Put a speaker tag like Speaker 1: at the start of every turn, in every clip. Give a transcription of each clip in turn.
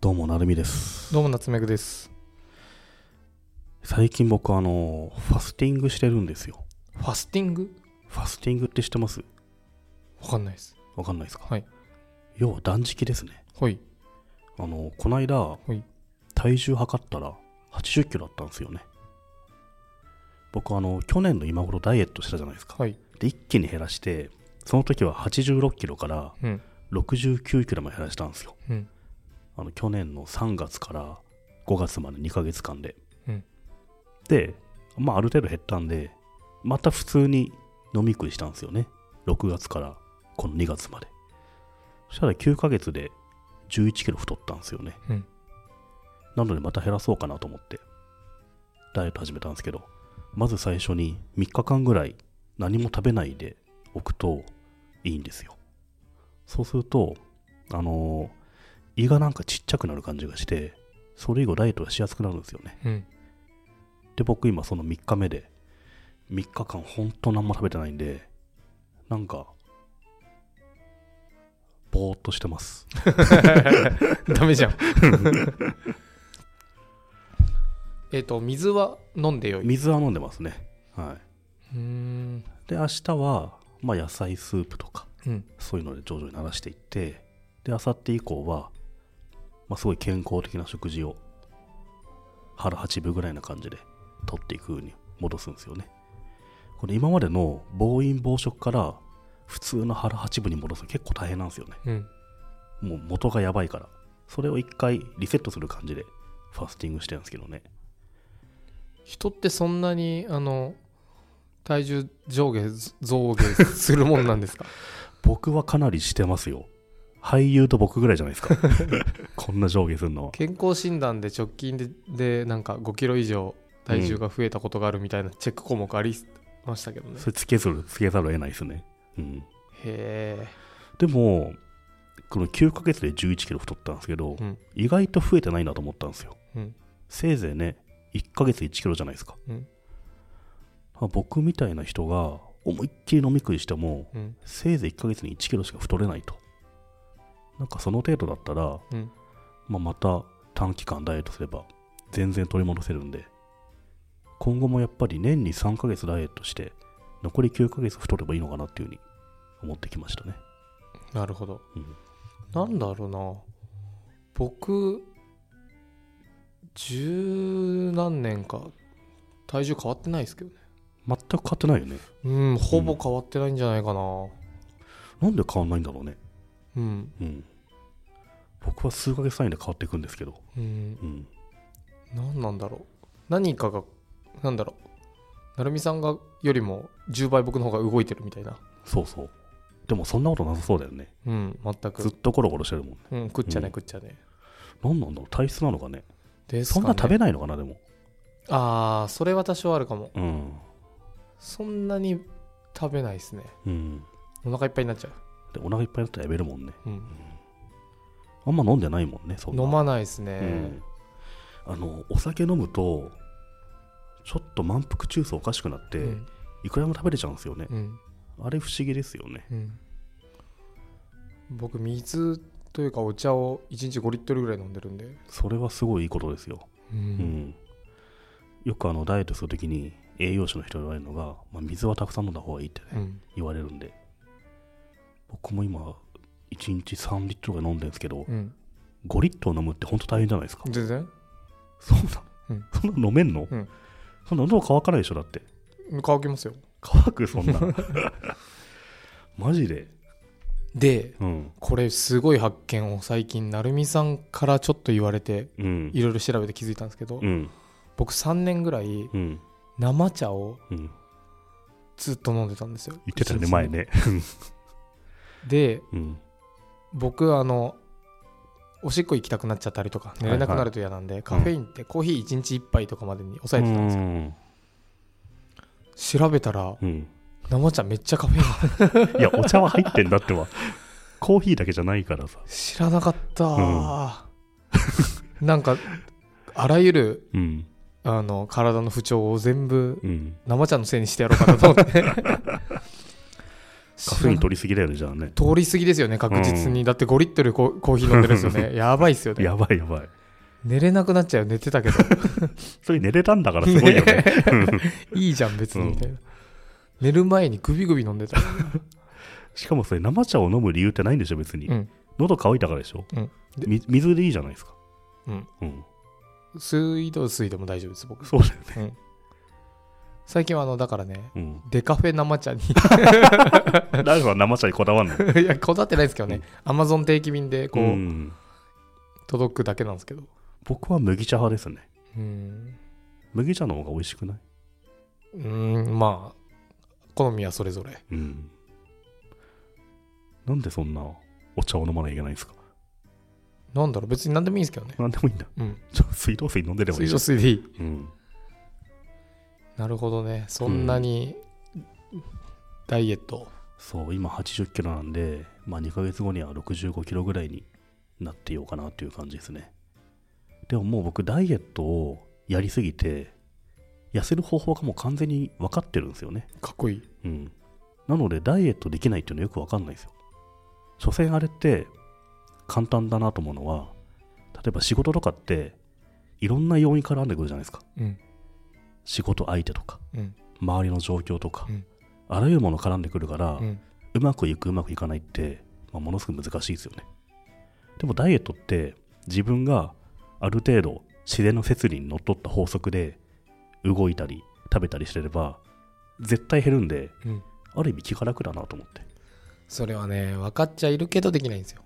Speaker 1: どうもなるみです
Speaker 2: どうも夏目くです
Speaker 1: 最近僕あのファスティングしてるんですよ
Speaker 2: ファスティング
Speaker 1: ファスティングって知ってます
Speaker 2: わかんないです
Speaker 1: わかんないですか
Speaker 2: はい
Speaker 1: 要は断食ですね
Speaker 2: はい
Speaker 1: あのこないだ
Speaker 2: い
Speaker 1: 体重測ったら80キロだったんですよね僕あの去年の今頃ダイエットしたじゃないですか
Speaker 2: はい
Speaker 1: で一気に減らしてその時は86キロから
Speaker 2: うん
Speaker 1: 69キロまで減らしたんですよ
Speaker 2: うん
Speaker 1: あの去年の3月から5月まで2ヶ月間で、
Speaker 2: うん
Speaker 1: で、まあ、ある程度減ったんでまた普通に飲み食いしたんですよね6月からこの2月までそしたら9ヶ月で1 1キロ太ったんですよね、
Speaker 2: うん
Speaker 1: なのでまた減らそうかなと思ってダイエット始めたんですけどまず最初に3日間ぐらい何も食べないでおくといいんですよそうするとあのー胃がなんかちっちゃくなる感じがしてそれ以後ダイエットがしやすくなるんですよね
Speaker 2: うん
Speaker 1: で僕今その3日目で3日間ほんと何も食べてないんでなんかぼーっとしてます
Speaker 2: ダメじゃん えっと水は飲んでよいう
Speaker 1: 水は飲んでますねは
Speaker 2: ーん
Speaker 1: いで明日はまあ野菜スープとか
Speaker 2: うん
Speaker 1: そういうので徐々に慣らしていってで明後日以降は、まあ、すごい健康的な食事を腹八分ぐらいな感じで取っていくように戻すんですよねこれ今までの暴飲暴食から普通の腹八分に戻すの結構大変なんですよね
Speaker 2: うん
Speaker 1: もう元がやばいからそれを一回リセットする感じでファスティングしてるんですけどね
Speaker 2: 人ってそんなにあの体重上下増減するもんなんです か
Speaker 1: 僕はかなりしてますよ俳優と僕ぐらいじゃないですか こんな上下するのは
Speaker 2: 健康診断で直近ででなんか5キロ以上体重が増えたことがあるみたいなチェック項目ありましたけどね、
Speaker 1: それつけざるつけざるを得ないですねうん
Speaker 2: へ
Speaker 1: でも、この9ヶ月で1 1キロ太ったんですけど、
Speaker 2: うん
Speaker 1: 意外と増えてないなと思ったんですよ。
Speaker 2: えうん
Speaker 1: せいぜいね、1ヶ月1キロじゃないですか。
Speaker 2: うん
Speaker 1: まあ僕みたいな人が思いっきり飲み食いしても、
Speaker 2: うん
Speaker 1: せいぜい1ヶ月に1キロしか太れないと。なんかその程度だったら、
Speaker 2: うん
Speaker 1: まあ、また短期間ダイエットすれば全然取り戻せるんで、今後もやっぱり年に3ヶ月ダイエットして、残り9ヶ月太ればいいのかなっていうふうに思ってきましたね。
Speaker 2: なるほど
Speaker 1: うん
Speaker 2: なんだろうな僕十何年か体重変わってないですけどね
Speaker 1: 全く変わってないよね。
Speaker 2: うんほぼ変わってないんじゃないかな
Speaker 1: なんで変わんないんだろうね。
Speaker 2: うん
Speaker 1: うん。僕は数ヶ月単位で変わっていくんですけど。
Speaker 2: うん
Speaker 1: うん。
Speaker 2: 何なんだろう何かが何だろう成美さんがよりも10倍僕の方が動いてるみたいな
Speaker 1: そうそう。でもそんなことなさそうだよね。
Speaker 2: うん全
Speaker 1: ずっ
Speaker 2: く、
Speaker 1: とゴロゴロしてるもんね。
Speaker 2: うん、食っちゃね、
Speaker 1: うん
Speaker 2: 食っちゃね
Speaker 1: なんなんだろう体質なのかね。
Speaker 2: で
Speaker 1: そ
Speaker 2: すか
Speaker 1: んな
Speaker 2: ね
Speaker 1: 食べないのかな、でも。
Speaker 2: ああそれは多少あるかも
Speaker 1: うん。
Speaker 2: そんなに食べないですね
Speaker 1: うん。
Speaker 2: お腹いっぱいになっちゃ
Speaker 1: で、お腹いっぱいになったらやめるもんね。
Speaker 2: う、うん、
Speaker 1: あんま飲んでないもんね、そんな。
Speaker 2: 飲まないです
Speaker 1: う
Speaker 2: ね
Speaker 1: ん。あの、お酒飲むと、ちょっと満腹中枢おかしくなって、
Speaker 2: うん
Speaker 1: いくらでも食べれちゃうんですよね。
Speaker 2: うん
Speaker 1: あれ不思議ですよね。
Speaker 2: うん、僕水というかお茶を1日5リットルぐらい飲んでるんで、
Speaker 1: それはすごいいいことですよ。
Speaker 2: う
Speaker 1: うんん、よくあのダイエットするときに栄養士の人に言われるのが、まあ、水はたくさん飲んだ方がいいってね、
Speaker 2: うん
Speaker 1: 言われるんで僕も今1日3リットルが飲んでるんですけど
Speaker 2: うん、
Speaker 1: 5リットル飲むって本当大変じゃないですか
Speaker 2: 全然
Speaker 1: そんな、
Speaker 2: うん
Speaker 1: そんな飲めんの、
Speaker 2: うん
Speaker 1: そんな喉乾かないでしょだって
Speaker 2: 乾きますよ
Speaker 1: 乾くそん なマジで
Speaker 2: で
Speaker 1: うん
Speaker 2: これすごい発見を最近成美さんからちょっと言われて
Speaker 1: うん
Speaker 2: いろいろ調べて気づいたんですけど、
Speaker 1: うん
Speaker 2: 僕3年ぐらい
Speaker 1: うん
Speaker 2: 生茶を
Speaker 1: うん言
Speaker 2: ずっと飲んでたんですよ
Speaker 1: ってたよね
Speaker 2: 一日に
Speaker 1: 前ね
Speaker 2: で
Speaker 1: うん
Speaker 2: 僕あのおしっこ行きたくなっちゃったりとか寝れなくなると嫌なんで、カフェインってコーヒー1日1杯とかまでに抑えてたんですよ、調べたら
Speaker 1: うん
Speaker 2: 生茶めっちゃカフ ェイン
Speaker 1: いやお茶は入ってんだってはコーヒーだけじゃないからさ
Speaker 2: 知らなかったー、 なんかあらゆる
Speaker 1: うん
Speaker 2: あの体の不調を全部
Speaker 1: うん
Speaker 2: 生茶のせいにしてやろうかなと思って
Speaker 1: カフェイン取りすぎだよね、じゃあね。
Speaker 2: 通り過ぎですよね、確実に。だって5リットルココーヒー飲んでるんで すよね。やばいっすよね。
Speaker 1: やばいやばい。
Speaker 2: 寝れなくなっちゃう、寝てたけど。
Speaker 1: それ寝れたんだからすごいよね。
Speaker 2: いいじゃん、別に、
Speaker 1: うん
Speaker 2: みたいな。寝る前にグビグビ飲んでた。
Speaker 1: しかもそれ生茶を飲む理由ってないんでしょ、別に。
Speaker 2: うん
Speaker 1: 喉乾いたからでしょ、
Speaker 2: うんで
Speaker 1: み水でいいじゃないですか。
Speaker 2: うん
Speaker 1: うん。
Speaker 2: 水道水でも大丈夫です、僕。
Speaker 1: そうだよね。
Speaker 2: 最近は、あの、だからね、
Speaker 1: うん。
Speaker 2: デカフェ生茶に。
Speaker 1: だから生茶にこだわんの。
Speaker 2: いや、こだわってないですけどね。アマゾン定期便で、こ
Speaker 1: う
Speaker 2: う、
Speaker 1: ん
Speaker 2: 届くだけなんですけど。
Speaker 1: 僕は麦茶派ですね。
Speaker 2: うん。
Speaker 1: 麦茶の方が美味しくないう
Speaker 2: ーん、まあ、好みはそれぞれ。
Speaker 1: うん。なんでそんなお茶を飲まなきゃいけないんですか
Speaker 2: なんだろう、別に何でもいいんですけどね。
Speaker 1: なんでもいいんだ。
Speaker 2: うん。
Speaker 1: ちょ水道水飲んでればいいじゃ
Speaker 2: 水道水でいい。
Speaker 1: ん。うん。
Speaker 2: なるほどね。そんなに、ダイエット。
Speaker 1: そう、今80キロなんで、まあ2ヶ月後には65キロぐらいになってようかなっていう感じですね。でももう僕、ダイエットをやりすぎて、痩せる方法がもう完全に分かってるんですよね。
Speaker 2: かっこいい。
Speaker 1: うん。なので、ダイエットできないっていうのはよく分かんないんですよ。所詮あれって、簡単だなと思うのは、例えば仕事とかって、いろんな要因からあんでくるじゃないですか。
Speaker 2: うん。
Speaker 1: 仕事相手とか、
Speaker 2: うん。
Speaker 1: 周りの状況とか、
Speaker 2: うん
Speaker 1: あらゆるもの絡んでくるから、
Speaker 2: うん。
Speaker 1: うまくいくうまくいかないって、まあ、ものすごく難しいですよねでもダイエットって自分がある程度自然の摂理にのっとった法則で動いたり食べたりしてれば絶対減るんで、
Speaker 2: うん
Speaker 1: ある意味気が楽だなと思って
Speaker 2: それはね、分かっちゃいるけどできないんですよ。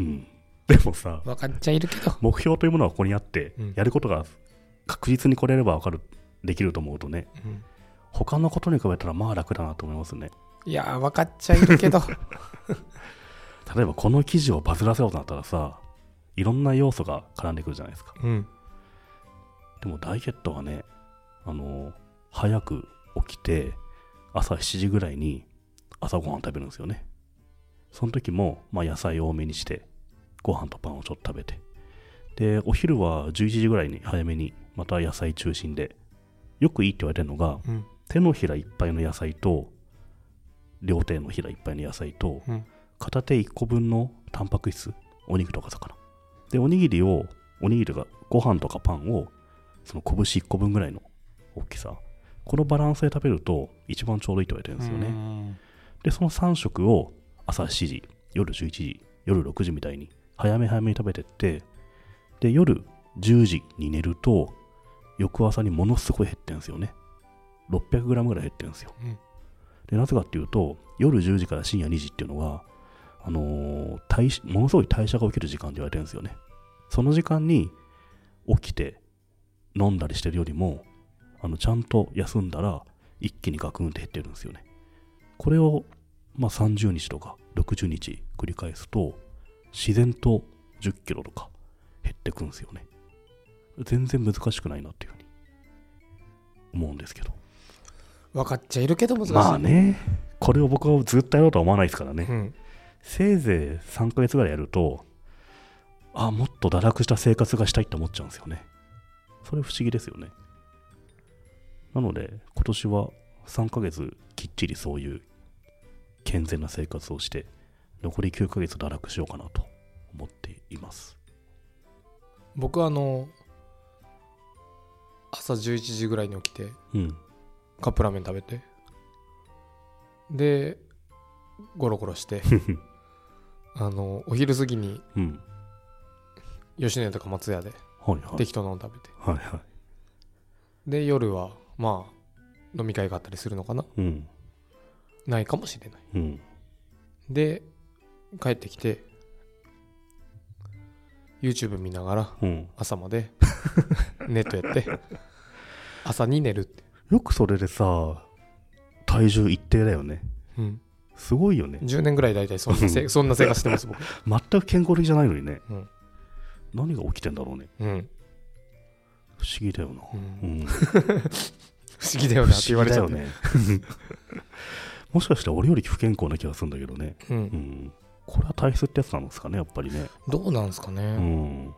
Speaker 1: うんでもさ
Speaker 2: 分かっちゃいるけど。
Speaker 1: 目標というものはここにあって、
Speaker 2: うん
Speaker 1: やることが確実にこれれば分かるできると思うとね
Speaker 2: うん
Speaker 1: 他のことに比べたらまあ楽だなと思いますね
Speaker 2: いやー、分かっちゃいるけど。
Speaker 1: 例えばこの記事をバズらせようとなったらさいろんな要素が絡んでくるじゃないですか
Speaker 2: うん。
Speaker 1: でもダイエットはね、あの、早く起きて、朝7時ぐらいに朝ごはん食べるんですよね。その時も、まあ、野菜多めにして、ご飯とパンをちょっと食べて。で、お昼は11時ぐらいに早めに、また野菜中心で、よくいいって言われてるのが、
Speaker 2: うん
Speaker 1: 手のひらいっぱいの野菜と、両手のひらいっぱいの野菜と、
Speaker 2: うん
Speaker 1: 片手1個分のタンパク質、お肉とか魚。で、おにぎりを、おにぎりがご飯とかパンをその拳1個分ぐらいの大きさこのバランスで食べると一番ちょうどいいと言われてるんですよね
Speaker 2: ね。
Speaker 1: でその3食を朝7時夜11時夜6時みたいに早め早めに食べてってで夜10時に寝ると翌朝にものすごい減ってんですよね 600g ぐらい減ってんですよ、
Speaker 2: うん
Speaker 1: でなぜかっていうと夜10時から深夜2時っていうのはあのー代謝ものすごい代謝が起きる時間って言われてるんですよねその時間に起きて飲んだりしてるよりもあのちゃんと休んだら一気にガクンって減ってるんですよねこれを、まあ、30日とか60日繰り返すと自然と1 0キロとか減ってくんですよね全然難しくないなっていうふうに思うんですけど
Speaker 2: 分かっちゃいるけど難しい。
Speaker 1: まあ。ねこれを僕はずっとやろうとは思わないですからね
Speaker 2: うん。
Speaker 1: せいぜい3ヶ月ぐらいやるとあもっと堕落した生活がしたいって思っちゃうんですよねそれ不思議ですよねなので今年は3ヶ月きっちりそういう健全な生活をして残り9ヶ月堕落しようかなと思っています
Speaker 2: 僕は、あの、朝11時ぐらいに起きて、
Speaker 1: うん
Speaker 2: カップラーメン食べて、で、ゴロゴロ して、あの、お昼過ぎに
Speaker 1: うん
Speaker 2: 吉野家とか松屋で
Speaker 1: はいはい
Speaker 2: 適当なの食べて、
Speaker 1: はいはい
Speaker 2: で、夜は、まあ、飲み会があったりするのかな
Speaker 1: うん
Speaker 2: ないかもしれない。
Speaker 1: うん
Speaker 2: で帰ってきて YouTube 見ながら
Speaker 1: うん
Speaker 2: 朝まで ネットやって朝に寝るって、
Speaker 1: よくそれでさ体重一定だよね
Speaker 2: うん、
Speaker 1: すごいよね
Speaker 2: 10年ぐらい大体そんなせそんな生活してます僕、
Speaker 1: 全く健康的じゃないのにね、
Speaker 2: うん
Speaker 1: 何が起きてんだろうね
Speaker 2: うん
Speaker 1: 不思議だよな、
Speaker 2: うん
Speaker 1: うん、
Speaker 2: 不思議だよなって言われちゃって、
Speaker 1: 不思議だよね もしかしたら俺より不健康な気がするんだけどね、
Speaker 2: う、
Speaker 1: うんん、これは体質ってやつなんですかねやっぱりね、
Speaker 2: どうなんですかね、
Speaker 1: うん、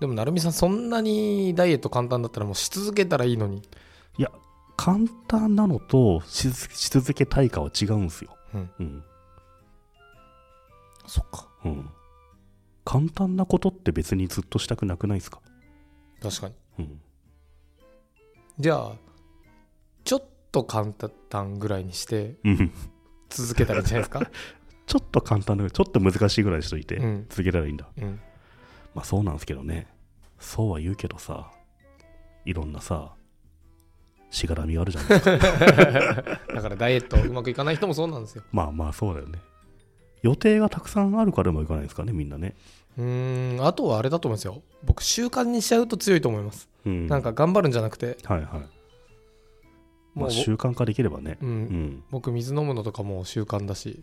Speaker 2: でも成美さんそんなにダイエット簡単だったらもうし続けたらいいのに、
Speaker 1: 簡単なのとしし続けたいかは違うんですよ
Speaker 2: うん
Speaker 1: うん
Speaker 2: そっか
Speaker 1: うん、簡単なことって別にずっとしたくなくないですか、
Speaker 2: 確かに
Speaker 1: うん、
Speaker 2: じゃあちょっと簡単ぐらいにして
Speaker 1: うん
Speaker 2: 続けたらいいんじゃない ですか
Speaker 1: ちょっと簡単なちょっと難しいぐらいにしといて、
Speaker 2: うん
Speaker 1: 続けたらいいんだ
Speaker 2: うん
Speaker 1: まあそうなんですけどねそうは言うけどさいろんなさしがらみがあるじゃ ない
Speaker 2: だからダイエットうまくいかない人もそうなんですよ
Speaker 1: まあまあそうだよね予定がたくさんあるからうまくいかないんですかねみんなね、
Speaker 2: うーんあとはあれだと思うんですよ僕習慣にしちゃうと強いと思います、
Speaker 1: うん、
Speaker 2: なんか頑張るんじゃなくて
Speaker 1: はいはいま
Speaker 2: もう
Speaker 1: あ、習慣化できればね
Speaker 2: う、
Speaker 1: うんん
Speaker 2: 僕水飲むのとかもう習慣だし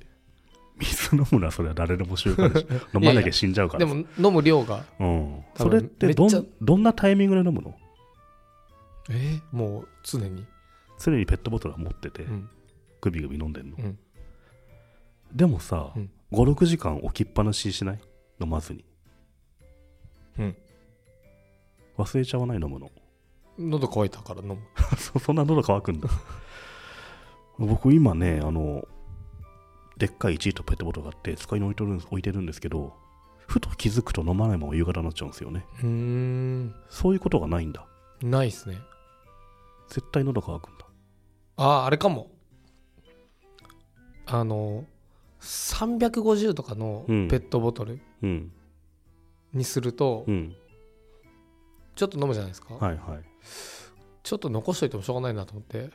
Speaker 1: 水飲むのはそれは誰でも習慣でし ょ飲まなきゃ死んじゃうか
Speaker 2: で
Speaker 1: ら
Speaker 2: も飲む量が
Speaker 1: うん、
Speaker 2: 多
Speaker 1: それ
Speaker 2: 分
Speaker 1: ってど
Speaker 2: めっちゃ
Speaker 1: んどんなタイミングで飲むの
Speaker 2: えーもう常に、
Speaker 1: 常にペットボトルは持ってて、
Speaker 2: うん
Speaker 1: グビグビ飲んでんの、
Speaker 2: うん
Speaker 1: でもさ、
Speaker 2: うん
Speaker 1: 56時間置きっぱなしにしない飲まずに
Speaker 2: うん
Speaker 1: 忘れちゃわない飲むの
Speaker 2: 喉乾いたから飲む
Speaker 1: そそんな喉乾くんだ僕今ねあのでっかい1リットルペットボトルがあって使いに置いてるん置いてるんですけどふと気づくと飲まないまま夕方になっちゃうんですよね
Speaker 2: うーん
Speaker 1: そういうことがないんだ
Speaker 2: ないっすね
Speaker 1: 絶対喉乾くんだ
Speaker 2: あああれかもあの350とかの
Speaker 1: うん
Speaker 2: ペットボトル
Speaker 1: うん
Speaker 2: にすると、
Speaker 1: うん
Speaker 2: ちょっと飲むじゃないですか、
Speaker 1: はいはい
Speaker 2: ちょっと残しといてもしょうがないなと思って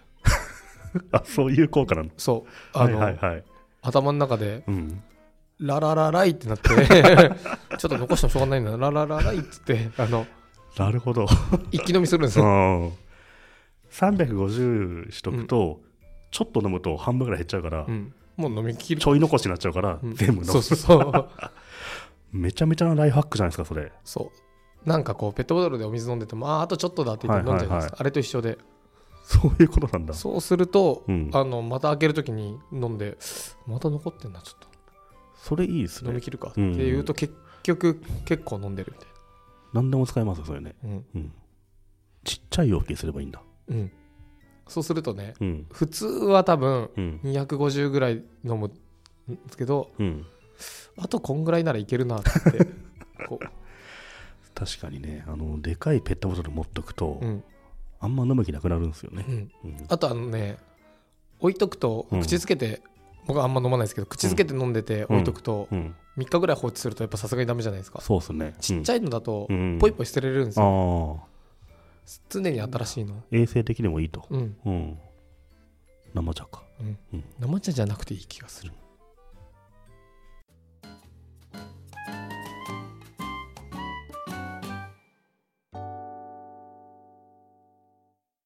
Speaker 1: あそういう効果なの
Speaker 2: そうあの、
Speaker 1: はいはいはい
Speaker 2: 頭の中で
Speaker 1: うん
Speaker 2: 「ラララライ」ってなって ちょっと残してもしょうがないな「ラララライ」っつってあの
Speaker 1: なるほど。
Speaker 2: 一気飲みするんです
Speaker 1: う
Speaker 2: よ
Speaker 1: ん。350しとくと、ちょっと飲むと半分ぐらい減っちゃうから、
Speaker 2: うん、もう飲みきる
Speaker 1: ちょい残しになっちゃうから、
Speaker 2: うん
Speaker 1: 全部飲む。
Speaker 2: そうそうそう
Speaker 1: めちゃめちゃなライフハックじゃないですか、それ。
Speaker 2: そうなんかこうペットボトルでお水飲んでてもあーあとちょっとだって言って飲んじゃい
Speaker 1: はい
Speaker 2: ます、
Speaker 1: はいはい
Speaker 2: あれと一緒で
Speaker 1: そういうことなんだ。
Speaker 2: そうすると、
Speaker 1: うん
Speaker 2: あのまた開けるときに飲んでまた残ってんなちょっ
Speaker 1: それいいです
Speaker 2: と飲み
Speaker 1: ね。
Speaker 2: 切るかって
Speaker 1: うん
Speaker 2: いうと結局結構飲んでるみたい
Speaker 1: 何でも使えますよ、それね。
Speaker 2: な
Speaker 1: うん。ちっちゃい容器にすればいいんだ。
Speaker 2: うん、うん、そうするとね
Speaker 1: うん。
Speaker 2: 普通は多分
Speaker 1: うん。
Speaker 2: 250ぐらい飲むんですけど
Speaker 1: うん。
Speaker 2: あとこんぐらいならいけるなって こ
Speaker 1: 確かにね、あの、でかいペットボトル持っとくと、
Speaker 2: う、うん
Speaker 1: あんま飲む気なくなるんですよね
Speaker 2: う。ん、
Speaker 1: うん
Speaker 2: あとあのね置いとくと
Speaker 1: うん
Speaker 2: 口づけて、僕はあんま飲まないですけど口づけて飲んでて置いとくと
Speaker 1: うん。
Speaker 2: 3日ぐらい放置するとやっぱさすがにダメじゃないですか
Speaker 1: そうっすね。
Speaker 2: ちっちゃいのだと
Speaker 1: うん
Speaker 2: ポイポイ捨てれるんですよ
Speaker 1: ああ。
Speaker 2: 常に新しいの
Speaker 1: 衛生的にもいいと。
Speaker 2: うん
Speaker 1: うん。生茶か。
Speaker 2: 生茶じゃなくていい気がする